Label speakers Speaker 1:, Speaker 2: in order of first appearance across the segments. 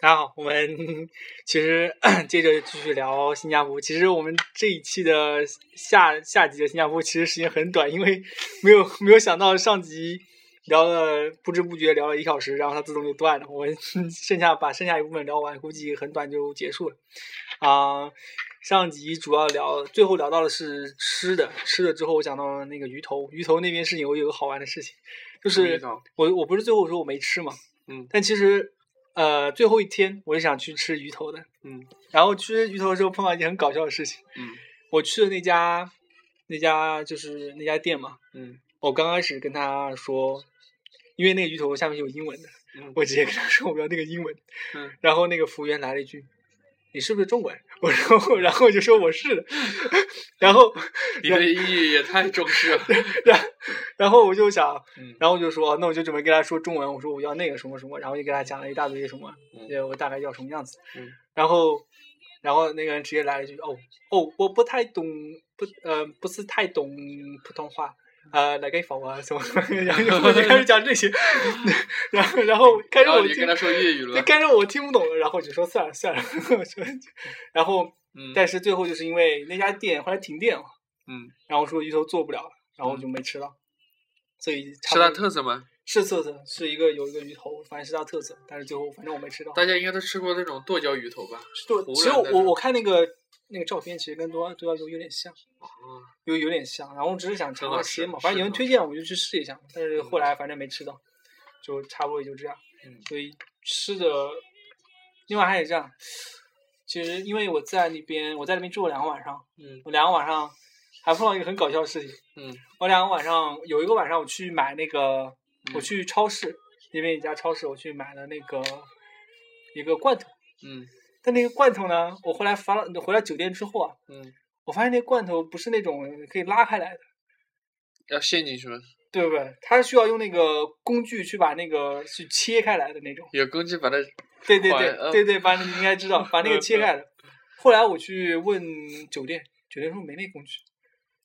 Speaker 1: 大家好，我们其实 接着继续聊新加坡。其实我们这一期的下下集的新加坡其实时间很短，因为 没有没有想到上集聊了不知不觉聊了一小时，然后它自动就断了。我们 剩下把剩下一部分聊完，估计很短就结束了。啊、上集主要聊，最后聊到的是吃的，吃的之后我讲到了那个鱼头，鱼头那边事情我有个好玩的事情，就
Speaker 2: 什么
Speaker 1: 是
Speaker 2: 意思啊
Speaker 1: 我我不是最后说我没吃嘛，
Speaker 2: 嗯
Speaker 1: 但其实，呃，最后一天我是想去吃鱼头的，
Speaker 2: 嗯
Speaker 1: 然后吃鱼头的时候碰到一件很搞笑的事情。
Speaker 2: 嗯
Speaker 1: 我去的那家，那家就是那家店嘛，
Speaker 2: 嗯
Speaker 1: 我刚开始跟他说，因为那个鱼头下面有英文的，
Speaker 2: 嗯，
Speaker 1: 我直接跟他说我要那个英文，
Speaker 2: 嗯
Speaker 1: 然后那个服务员来了一句：“你是不是中国人？”我说， 然后我就说我是的， 然后，
Speaker 2: 嗯你对英语也太重视了。
Speaker 1: 然然后我就想，
Speaker 2: 嗯
Speaker 1: 然后我就说，哦那我就准备跟他说中文，我说我要那个什么什么，然后就跟他讲了一大堆什么，
Speaker 2: 嗯
Speaker 1: 呃，我大概要什么样子，
Speaker 2: 嗯
Speaker 1: 然后，然后那个人直接来了一句，哦哦，我不太懂，不呃不是太懂普通话，呃，来个法啊什么什么， 然后我就开始讲这些， 然后然后开始
Speaker 2: 然后
Speaker 1: 我
Speaker 2: 你就
Speaker 1: 听
Speaker 2: 跟他，说粤语
Speaker 1: 就
Speaker 2: 了。
Speaker 1: 开始我听不懂了，然后就说算了算了， 我说然后
Speaker 2: 嗯，
Speaker 1: 但是最后就是因为那家店后来停电了，
Speaker 2: 嗯，
Speaker 1: 然后说鱼头做不了了，然后我就没吃到，所以差
Speaker 2: 是
Speaker 1: 不
Speaker 2: 它
Speaker 1: 多
Speaker 2: 特色吗？
Speaker 1: 是特色，是一个有一个鱼头，反正是它特色，但是最后反正我没吃到。
Speaker 2: 大家应该都吃过那种剁椒鱼头吧？
Speaker 1: 就
Speaker 2: 湖
Speaker 1: 其实
Speaker 2: 南那
Speaker 1: 我
Speaker 2: 种
Speaker 1: 我看那个那个照片，其实跟多多椒鱼有点像，
Speaker 2: 哦
Speaker 1: 有有点像。然后我只是想尝
Speaker 2: 很好
Speaker 1: 尝吃
Speaker 2: 吃
Speaker 1: 嘛，反正
Speaker 2: 是
Speaker 1: 有人
Speaker 2: 的
Speaker 1: 推荐我就去试一下，但是
Speaker 2: 嗯
Speaker 1: 后来反正没吃到，就差不多也就这样。
Speaker 2: 嗯
Speaker 1: 所以吃的，另外还得这样。其实因为我在那边，我在那边住了两个晚上，
Speaker 2: 嗯
Speaker 1: 我两个晚上还碰到一个很搞笑的事情。
Speaker 2: 嗯
Speaker 1: 我两个晚上有一个晚上我去买那个，我
Speaker 2: 嗯
Speaker 1: 去超市那边一家超市，我去买了那个一个罐头。
Speaker 2: 嗯
Speaker 1: 但那个罐头呢，我后来发了回到酒店之后啊，
Speaker 2: 嗯，
Speaker 1: 我发现那罐头不是那种可以拉开来的，
Speaker 2: 要陷进去吗？
Speaker 1: 对不对？它是需要用那个工具去把那个去切开来的那种。
Speaker 2: 有工具把它
Speaker 1: 对对
Speaker 2: 坏
Speaker 1: 对
Speaker 2: 了
Speaker 1: 对对，把你应该知道，把那个切开
Speaker 2: 嗯
Speaker 1: 了。后来我去问酒店，酒店说没那工具，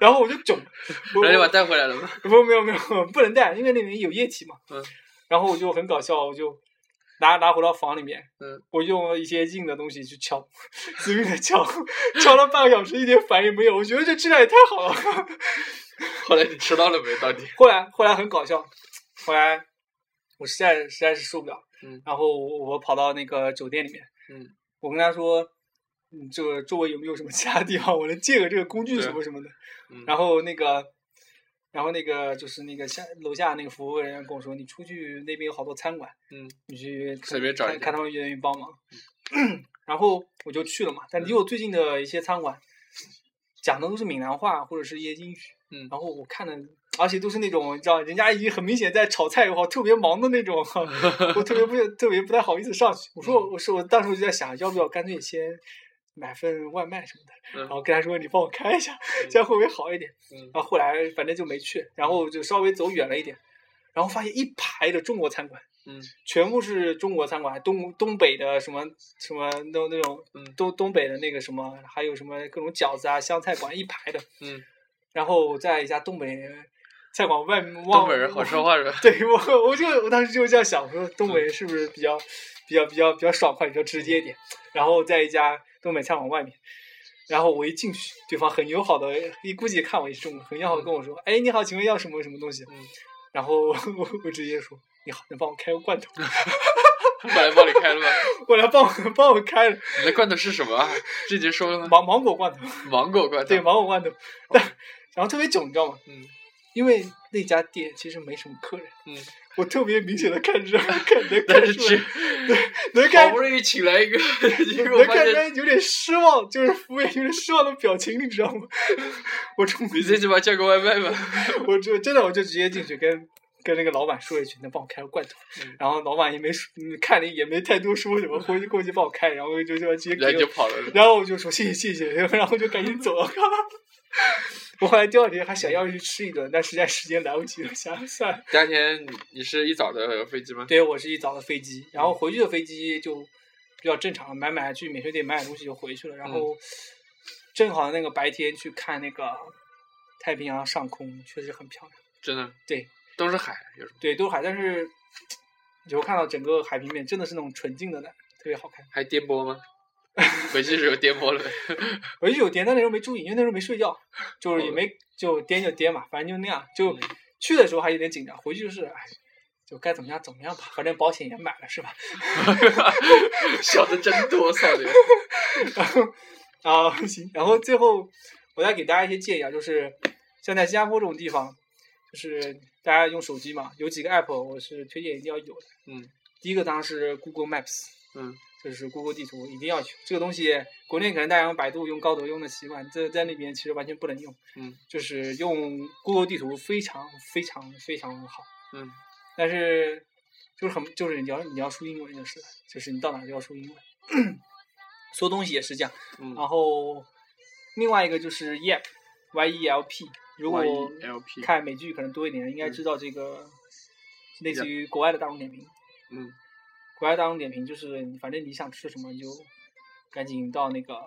Speaker 1: 然后我就囧，我
Speaker 2: 然后就把它带回来了吗？
Speaker 1: 不，没有没有，不能带，因为里面有液体嘛。
Speaker 2: 嗯。
Speaker 1: 然后我就很搞笑，我就拿拿回到房里面。
Speaker 2: 嗯。
Speaker 1: 我用了一些硬的东西去敲， 死命的敲，敲了半个小时，一点反应没有。我觉得这质量也太好了。
Speaker 2: 后来你吃到了没？到底？
Speaker 1: 后来后来很搞笑，后来我实在实在是受不了，
Speaker 2: 嗯
Speaker 1: 然后我我跑到那个酒店里面，
Speaker 2: 嗯
Speaker 1: 我跟他说。嗯，这个周围有没有什么其他地方我能借个这个工具
Speaker 2: 对
Speaker 1: 什么什么的？
Speaker 2: 嗯，
Speaker 1: 然后那个，然后那个就是那个下楼下那个服务人员跟我说，你出去那边有好多餐馆，
Speaker 2: 嗯
Speaker 1: 你去
Speaker 2: 随便找一
Speaker 1: 看
Speaker 2: 家
Speaker 1: 看他们愿意帮忙。 然后我就去了嘛，
Speaker 2: 嗯
Speaker 1: 但离我最近的一些餐馆讲的都是闽南话或者是一些英语，
Speaker 2: 嗯
Speaker 1: 然后我看了，而且都是那种你知道，人家已经很明显在炒菜也好，特别忙的那 种，我特别不特别不太好意思上去。我
Speaker 2: 嗯
Speaker 1: 说我说我当时我就在想，要不要干脆先买份外卖什么的，
Speaker 2: 嗯
Speaker 1: 然后跟他说你帮我开一下，这样会不会好一点？
Speaker 2: 嗯
Speaker 1: 然后后来反正就没去，然后就稍微走远了一点，然后发现一排的中国餐馆，
Speaker 2: 嗯
Speaker 1: 全部是中国餐馆，东东北的什么什么那那种
Speaker 2: 嗯
Speaker 1: 东东北的那个什么，还有什么各种饺子啊、湘菜馆一排的，
Speaker 2: 嗯，
Speaker 1: 然后在一家东北菜馆外面，
Speaker 2: 东北人好说
Speaker 1: 说。
Speaker 2: 话是吧？
Speaker 1: 对我，我就我当时就这样想，我说东北人是不是比较、比较比较比较爽快，比较直接一点？然后在一家东北菜馆外面，然后我一进去，对方很友好的，一估计看我也是中国，很友好地跟我说：“哎，你好，请问要什么什么东西？”
Speaker 2: 嗯
Speaker 1: 然后我我直接说：“你好，能帮我开个罐头？
Speaker 2: 后来帮你开了吗？
Speaker 1: 过来帮我帮我开了
Speaker 2: 你的罐头是什么啊？这节说了吗？
Speaker 1: 芒芒果罐头，
Speaker 2: 芒果罐头。
Speaker 1: 对，芒果罐头。但然后特别囧，你知道吗？
Speaker 2: 嗯
Speaker 1: 因为那家店其实没什么客人，
Speaker 2: 嗯，
Speaker 1: 我特别明显的看着看能看
Speaker 2: 但是
Speaker 1: 出
Speaker 2: 吃
Speaker 1: 来，能看
Speaker 2: 好不容易请来一个，结果
Speaker 1: 能
Speaker 2: 发
Speaker 1: 看出
Speaker 2: 现
Speaker 1: 来有点失望，就是服务员有点失望的表情，你知道吗？ 我冲
Speaker 2: 你最起码叫个外卖吧。
Speaker 1: 我就真的我就直接进去跟跟那个老板说一句，能帮我开个罐头？
Speaker 2: 嗯
Speaker 1: 然后老板也没说嗯看了也没太多说什么，回去过去帮我开，然后就就直接
Speaker 2: 然后
Speaker 1: 给
Speaker 2: 就
Speaker 1: 我，
Speaker 2: 跑了。
Speaker 1: 然后我就说谢谢谢谢，然后就赶紧走了。 我后来第二天还想要去吃一顿，但实在时间来不及了，想算了。
Speaker 2: 第二天你你是一早的飞机吗？
Speaker 1: 对我是一早的飞机，然后回去的飞机就比较正常，买买去免税店买买东西就回去了。然后正好那个白天去看那个太平洋上空，确实很漂亮。
Speaker 2: 真的
Speaker 1: 对
Speaker 2: 都是海，有什么？
Speaker 1: 对，都是海，但是你就会看到整个海平面真的是那种纯净的蓝，特别好看。
Speaker 2: 还颠簸吗？回去的 时候颠簸了呗。
Speaker 1: 我就有颠，但那时候没注意，因为那时候没睡觉，就是也没就颠就颠嘛，反正就那样。就
Speaker 2: 嗯
Speaker 1: 去的时候还有点紧张，回去就是哎，就该怎么样怎么样吧，反正保险也买了是吧？
Speaker 2: 想的真多，少年。
Speaker 1: 然后啊行，然后最 后我再给大家一些建议啊，就是像在新加坡这种地方，就是大家用手机嘛，有几个 app 我是推荐一定要有的。
Speaker 2: 嗯
Speaker 1: 第一个当然是 Google Maps，
Speaker 2: 嗯，
Speaker 1: 就是 Google 地图一定要有。这个东西国内可能大家用百度、用高德用的习惯，在在那边其实完全不能用。
Speaker 2: 嗯，
Speaker 1: 就是用 Google 地图非常非常非常好，
Speaker 2: 嗯
Speaker 1: 但是就是很就是你要你要说英文就是了，就是你到哪儿都要说英文， 说东西也是这样。
Speaker 2: 嗯
Speaker 1: 然后另外一个就是 Yelp，Y E L P，如果
Speaker 2: YELP
Speaker 1: 看美剧可能多一点，应该
Speaker 2: 嗯
Speaker 1: 知道这个类似于国外的大众点评。
Speaker 2: 嗯
Speaker 1: 国外大众点评就是，你反正你想吃什么，你就赶紧到那个，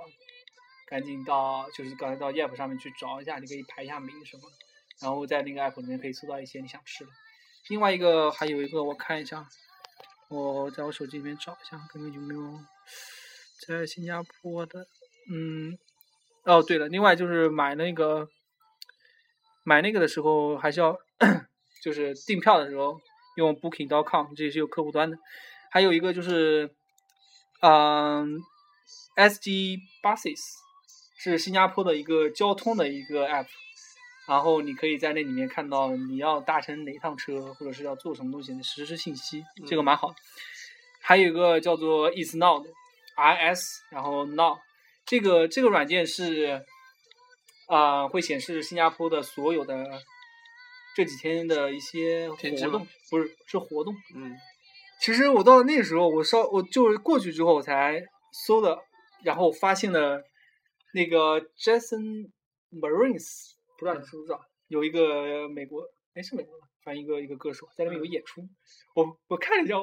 Speaker 1: 赶紧到就是赶紧到 app 上面去找一下，你可以排一下名什么，然后在那个 app 里面可以搜到一些你想吃的。另外一个还有一个，我看一下，我在我手机里面找一下，看看有没有在新加坡的，嗯，哦对了，另外就是买那个买那个的时候还是要 就是订票的时候用 Booking.com，这也是有客户端的。还有一个就是，嗯，SG Buses 是新加坡的一个交通的一个 app，然后你可以在那里面看到你要搭乘哪趟车，或者是要做什么东西的实时信息，这个蛮好的。还有一个叫做 Is Now 的 I S，然后 Now 这个这个软件是，啊、会显示新加坡的所有的这几天的一些活
Speaker 2: 天气吗
Speaker 1: 动，不是是活动。
Speaker 2: 嗯
Speaker 1: 其实我到了那时候，我稍我就是过去之后我才搜的，然后发现了那个 Jason Marines，不知道你知不知道，有一个美国，哎是美国吧，反正一个一个歌手在那边有演出，我我看了一下，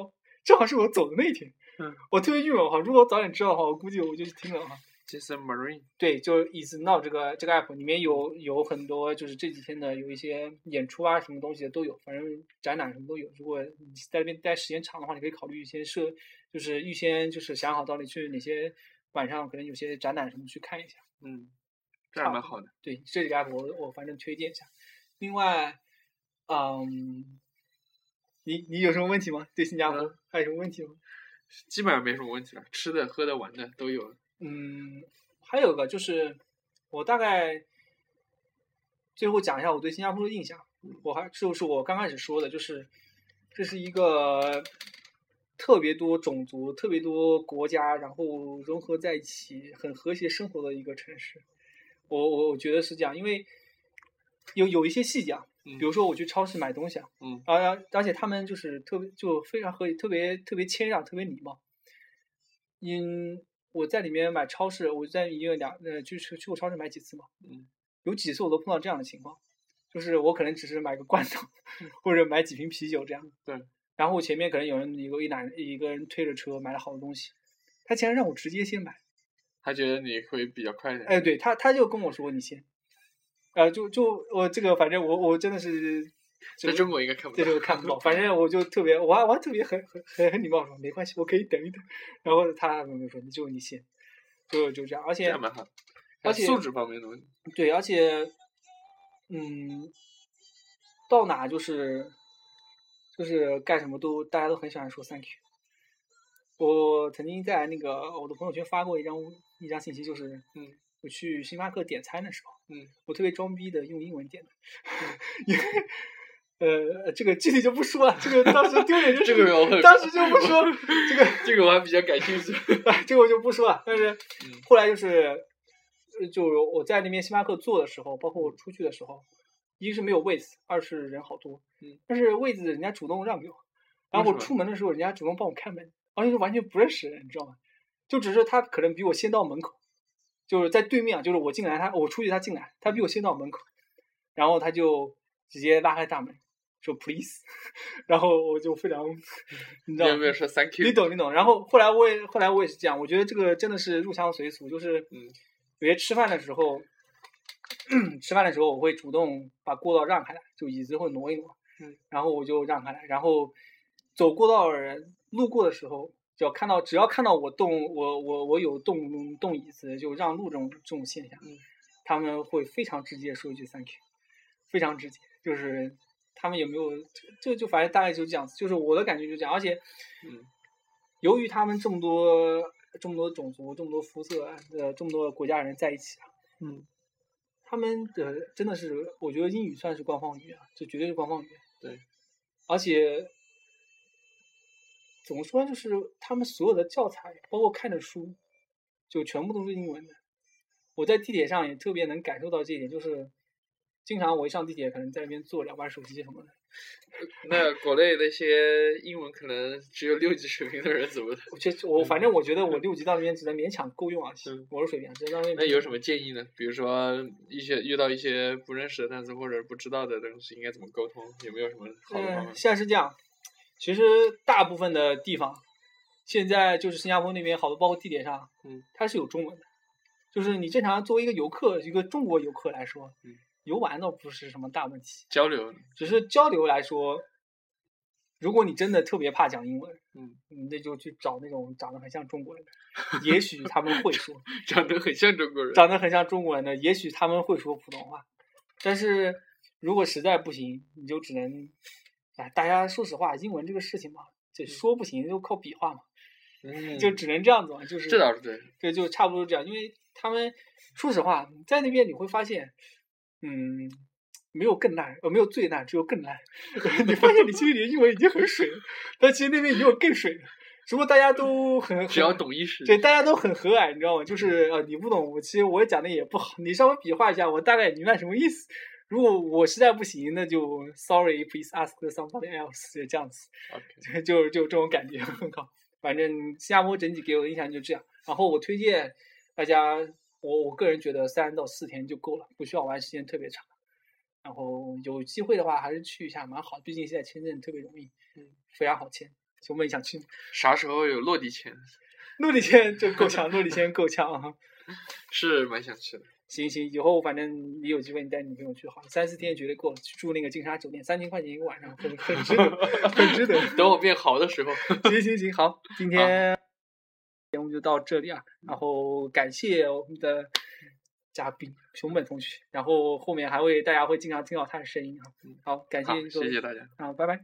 Speaker 1: 正好是我走的那一天，
Speaker 2: 嗯，
Speaker 1: 我特别郁闷哈，如果我早点知道的话，我估计我就去听了哈。
Speaker 2: ，Jason Marine，
Speaker 1: 对，就是 Is Now 这个这个 app 里面有有很多，就是这几天的有一些演出啊，什么东西的都有，反正展览什么都有。如果你在那边待时间长的话，你可以考虑一些设，就是预先就是想好到底去哪些晚上可能有些展览什么去看一下。
Speaker 2: 嗯，这还蛮好的。
Speaker 1: 对，这几个 app 我我反正推荐一下。另外，嗯，你你有什么问题吗？对新加坡、
Speaker 2: 嗯
Speaker 1: 还有什么问题吗？
Speaker 2: 基本上没什么问题了，吃的、喝的、玩的都有了。
Speaker 1: 嗯，还有个就是，我大概最后讲一下我对新加坡的印象。我还就是我刚开始说的，就是这是一个特别多种族、特别多国家，然后融合在一起，很和谐生活的一个城市。我我我觉得是这样，因为有有一些细节啊，
Speaker 2: 嗯
Speaker 1: 比如说我去超市买东西啊，
Speaker 2: 嗯
Speaker 1: 而而而且他们就是特别就非常和特别特别谦让，特别礼貌。因我在里面买超市，我在一个两呃去去去过超市买几次嘛，
Speaker 2: 嗯，
Speaker 1: 有几次我都碰到这样的情况，就是我可能只是买个罐头或者买几瓶啤酒这样，
Speaker 2: 嗯对，
Speaker 1: 然后我前面可能有人一个一男一个人推着车买了好多东西，他竟然让我直接先买。
Speaker 2: 他觉得你会比较快一点。
Speaker 1: 哎，对他，他就跟我说你先，呃，就就我这个，反正我我真的是
Speaker 2: 在中国应该看不
Speaker 1: 对
Speaker 2: 到。
Speaker 1: 这个 看不到，反正我就特别，我还我还特别很很很很礼貌说没关系，我可以等一等。然后他没有说你就你先，就就这样，而
Speaker 2: 这
Speaker 1: 且
Speaker 2: 还蛮好的。
Speaker 1: 而
Speaker 2: 还有
Speaker 1: 且
Speaker 2: 素质方面的问题。
Speaker 1: 对，而且嗯，到哪就是就是干什么都大家都很喜欢说 thank you。我曾经在那个我的朋友圈发过一张一张信息，就是
Speaker 2: 嗯，
Speaker 1: 我去星巴克点餐的时候。
Speaker 2: 嗯，
Speaker 1: 我特别装逼的用英文点的， 因为呃，这个具体就不说了，这个当时丢脸就是
Speaker 2: 这个我很
Speaker 1: 当时就不 说这个，
Speaker 2: 这个我还比较感兴趣。
Speaker 1: 哎，这个我就不说了。但是
Speaker 2: 嗯
Speaker 1: 后来就是，呃就是我在那边星巴克坐的时候，包括我出去的时候，一个是没有位子，二是人好多，
Speaker 2: 嗯，
Speaker 1: 但是位子人家主动让给我，然后我
Speaker 2: 为什么
Speaker 1: 出门的时候，人家主动帮我开门，而且是完全不认识的人，你知道吗？就只是他可能比我先到门口，就是在对面啊，就是我进来他，我出去他进来，他比我先到门口，然后他就直接拉开大门说 please，然后我就非常，你知
Speaker 2: 嗯你
Speaker 1: 道吗？
Speaker 2: 有没有说 Thank
Speaker 1: 你
Speaker 2: you？
Speaker 1: 懂你懂。然后后来我也后来我也是这样，我觉得这个真的是入乡随俗，就是
Speaker 2: 嗯
Speaker 1: 有些吃饭的时候，吃饭的时候我会主动把过道让开来，就椅子会挪一挪，
Speaker 2: 嗯
Speaker 1: 然后我就让开来，然后走过道的人路过的时候，只要看到只要看到我动我我我有动动椅子就让路这种这种现象，
Speaker 2: 嗯
Speaker 1: 他们会非常直接说一句 “thank you”，非常直接，就是他们也没有就就反正大概就这样子，就是我的感觉就这样，而且
Speaker 2: 嗯
Speaker 1: 由于他们这么多这么多种族、这么多肤色、呃这么多国家人在一起啊，
Speaker 2: 嗯，
Speaker 1: 他们的真的是，我觉得英语算是官方语言啊，这绝对是官方语言。
Speaker 2: 对，
Speaker 1: 而且怎么说，就是他们所有的教材，包括看的书，就全部都是英文的。我在地铁上也特别能感受到这一点，就是经常我一上地铁，可能在那边坐着玩手机什么的，
Speaker 2: 那国内那些英文可能只有六级水平的人怎么？
Speaker 1: 我觉得我反正我觉得我六级到那边只能勉强够用啊，
Speaker 2: 嗯
Speaker 1: 我的水平只能到那
Speaker 2: 那
Speaker 1: 边。
Speaker 2: 有什么建议呢？比如说一些遇到一些不认识的单词或者不知道的东西，应该怎么沟通？有没有什么好的方法
Speaker 1: 嗯，？现在是这样，其实大部分的地方，现在就是新加坡那边好多，包括地铁上，
Speaker 2: 嗯，
Speaker 1: 它是有中文的。就是你正常作为一个游客，一个中国游客来说，
Speaker 2: 嗯
Speaker 1: 游玩倒不是什么大问题，
Speaker 2: 交流，
Speaker 1: 只是交流来说，如果你真的特别怕讲英文，
Speaker 2: 嗯，
Speaker 1: 你那就去找那种长得很像中国人的，也许他们会说，
Speaker 2: 长得很像中 国人。
Speaker 1: 长得很像中国人的，也许他们会说普通话，但是如果实在不行，你就只能，哎，大家说实话，英文这个事情嘛，这说不行就靠比划嘛，
Speaker 2: 嗯，
Speaker 1: 就只能这样子嘛，就是
Speaker 2: 这倒 是对，
Speaker 1: 对，就差不多这样，因为他们说实话，你在那边你会发现，嗯。没有更烂，呃，没有最烂，只有更烂。 你发现你其实你的英文已经很水了，但其实那边也有更水的，只不过大家都很
Speaker 2: 只要懂意识。
Speaker 1: 对，大家都很和蔼，你知道吗？就是呃，你不懂，我其实我讲的也不好，你稍微比划一下，我大概也明白什么意思。如果我实在不行，那就 sorry，please ask somebody else，就这样子，
Speaker 2: OK
Speaker 1: 就就这种感觉很好。反正新加坡整体给我的印象就这样。然后我推荐大家，我我个人觉得三到四天就够了，不需要玩时间特别长。然后有机会的话，还是去一下，蛮好。毕竟现在签证特别容易，
Speaker 2: 嗯，
Speaker 1: 非常好签。请问你想去 吗？
Speaker 2: 啥时候有落地签？
Speaker 1: 陆里签就够呛，陆里签够呛啊。
Speaker 2: 是蛮想去的。
Speaker 1: 行行，以后反正你有机会，你带你女朋友去好了，三四天绝对够了。去住那个金沙酒店，三千块钱一个晚上，很很值 得，啊很值得。
Speaker 2: 等我变好 的时候，
Speaker 1: 行行行，好，今天节目就到这里啊。然后感谢我们的嘉宾熊本同学，然后后面还会大家会经常听到他的声音啊。好，感谢
Speaker 2: 嗯好，
Speaker 1: 各位
Speaker 2: 谢谢大家。
Speaker 1: 啊，拜拜。